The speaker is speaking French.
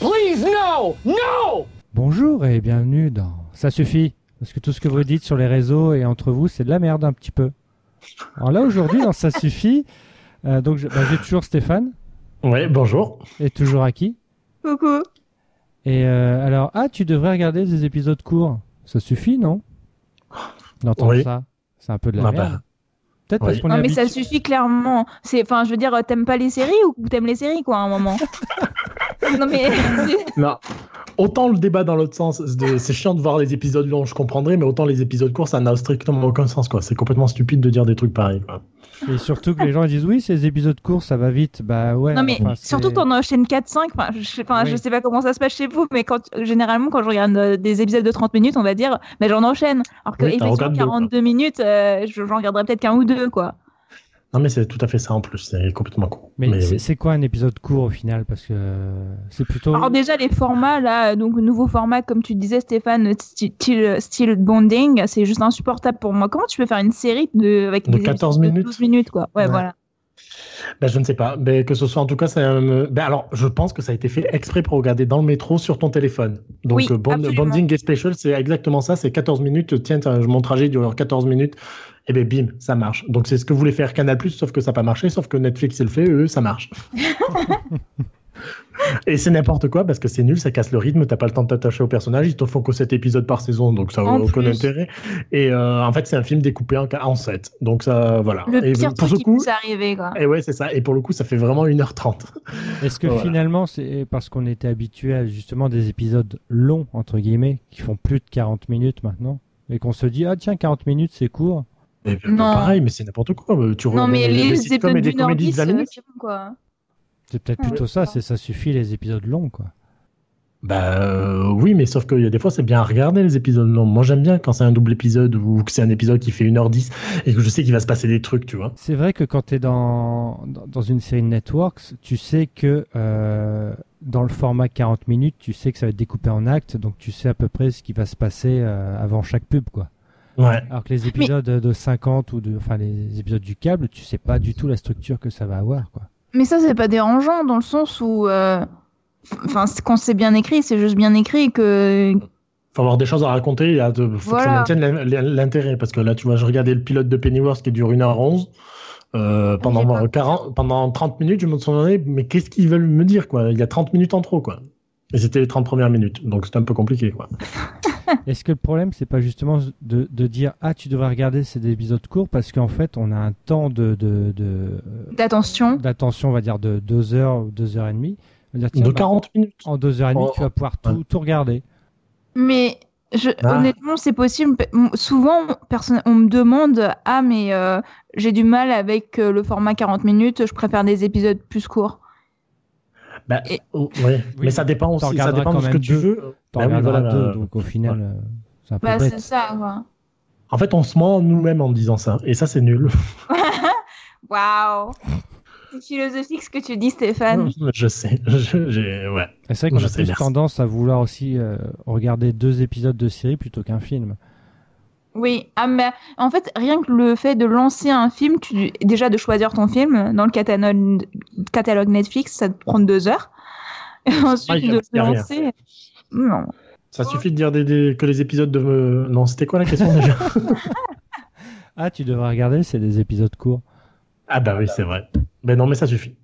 Please, no! No! Bonjour et bienvenue dans Ça suffit, parce que tout ce que vous dites sur les réseaux et entre vous, c'est de la merde un petit peu. Alors là, aujourd'hui, dans Ça suffit, euh, donc je- bah, j'ai toujours Stéphane Oui, bonjour. et toujours Aki. Coucou. Et euh, alors, ah, tu devrais regarder des épisodes courts. Ça suffit, non D'entendre Oui. ça, c'est un peu de la Ah bah, merde. Peut-être parce oui. qu'on est Non, mais ça habitué- suffit clairement. C'est, enfin, je veux dire, t'aimes pas les séries ou t'aimes les séries, quoi, à un moment. non, mais Non. Autant le débat dans l'autre sens, c'est de- c'est chiant de voir les épisodes longs, je comprendrais, mais autant les épisodes courts, ça n'a strictement aucun sens, quoi. C'est complètement stupide de dire des trucs pareils, quoi. Et surtout que les gens ils disent oui, ces épisodes courts, ça va vite. Bah ouais. non, mais enfin, c'est- surtout qu'on enchaîne 4-5. Enfin, je, sais- enfin, Oui. je sais pas comment ça se passe chez vous, mais quand, généralement, quand je regarde euh, des épisodes de 30 minutes, on va dire, mais j'en enchaîne. Alors que, Oui, t'en effectivement, regardes deux, quoi. 42 minutes, euh, je- j'en regarderai peut-être qu'un ou deux, quoi. Non, mais c'est tout à fait ça en plus, c'est complètement con. Mais, Mais c'est oui. c'est quoi un épisode court au final Parce que euh, c'est plutôt. Alors, déjà, les formats, là, donc, nouveau format, comme tu disais, Stéphane, sti- style, style bonding, c'est juste insupportable pour moi. Comment tu peux faire une série de, avec De des épisodes 14 minutes 12 minutes, quoi. ouais. Ouais. voilà. Ben, je ne sais pas, mais que ce soit en tout cas, ça, me- ben, alors je pense que ça a été fait exprès pour regarder dans le métro sur ton téléphone. Donc Oui, euh, bond- absolument. Bonding et Special, c'est exactement ça, c'est 14 minutes, tiens, tiens, mon trajet dure 14 minutes, et ben bim, ça marche. Donc c'est ce que voulait faire Canal+, sauf que ça n'a pas marché, sauf que Netflix il le fait, eux, ça marche. et c'est n'importe quoi, parce que c'est nul, ça casse le rythme, t'as pas le temps de t'attacher au personnage, ils te font que 7 épisodes par saison, donc ça n'a En aucun plus. intérêt. Et euh, en fait, c'est un film découpé en, en 7, donc ça, voilà. Le et pire pour truc ce qui coup, puisse arriver, quoi. et Eh ouais, c'est ça. Et pour le coup, ça fait vraiment 1h30. Est-ce que Voilà. finalement, c'est parce qu'on était habitué à justement des épisodes longs, entre guillemets, qui font plus de 40 minutes maintenant Et qu'on se dit, ah tiens, 40 minutes, c'est court. Mais, Non. Pareil, mais c'est n'importe quoi. euh, Tu Non, regardes mais des- des les sitcoms épisodes et des d'une heure comédies dix, de la euh, nuit. c'est bon, quoi. C'est peut-être Ouais, plutôt ça, c'est c'est ça ça. suffit les épisodes longs, quoi. Bah euh, oui, mais sauf qu'il y a des fois, c'est bien à regarder les épisodes. Non, moi j'aime bien quand c'est un double épisode ou que c'est un épisode qui fait 1h10 et que je sais qu'il va se passer des trucs, tu vois. C'est vrai que quand tu es dans, dans, dans une série de Networks, tu sais que euh, dans le format 40 minutes, tu sais que ça va être découpé en actes, donc tu sais à peu près ce qui va se passer euh, avant chaque pub, quoi. Ouais. Alors que les épisodes de 50 ou de, enfin les épisodes du câble, tu sais pas du tout la structure que ça va avoir, quoi. Mais ça, c'est pas dérangeant dans le sens où. euh, Enfin, c'est- quand c'est bien écrit, c'est juste bien écrit que. Faut avoir des choses à raconter et à te- faut Voilà. que ça maintienne l'in- l'intérêt. Parce que là, tu vois, je regardais le pilote de Pennyworth qui dure 1h11. euh, Ah, j'ai pendant, pas- 40, pendant 30 minutes, je me suis demandé, mais qu'est-ce qu'ils veulent me dire, quoi Il y a 30 minutes en trop, quoi. Et c'était les 30 premières minutes, donc c'était un peu compliqué, quoi. Est-ce que le problème, c'est pas justement de, de dire ah tu devrais regarder ces épisodes courts parce qu'en fait on a un temps de de- de- D'attention. d'attention, on va dire de deux heures ou deux heures et demie. On va dire, tiens, de bah, 40 minutes. en deux heures et demie, Oh. tu vas pouvoir tout, tout regarder. Mais je- Ah. honnêtement, c'est possible. Pe- m- Souvent, personne... on me demande Ah, mais euh, j'ai du mal avec euh, le format 40 minutes, je préfère des épisodes plus courts. Bah, Et- oh, ouais. Oui, mais ça dépend t'en aussi, ça regarderas dépend quand de ce que même tu deux. veux. T'en Bah oui, regarderas voilà, deux, euh, donc au final, euh, c'est un peu Bah, c'est bête. ça, quoi. En fait, on se ment nous-mêmes en disant ça, et ça, c'est nul. Waouh C'est philosophique ce que tu dis, Ah Stéphane. je sais. Je- j'ai- ouais. Et C'est vrai qu'on Je a sais, plus merci. tendance à vouloir aussi euh, regarder deux épisodes de série plutôt qu'un film. Oui, ah, mais en fait, rien que le fait de lancer un film, tu, déjà de choisir ton film dans le catalogue, catalogue Netflix, ça te prend deux heures. Et pas ensuite, de grave, c'est le rien. lancer. Non. Ça suffit de dire des, des- que les épisodes de. Non, c'était quoi la question déjà Ah, tu devrais regarder, c'est des épisodes courts. Ah, bah oui, c'est vrai. Ben non, mais ça suffit.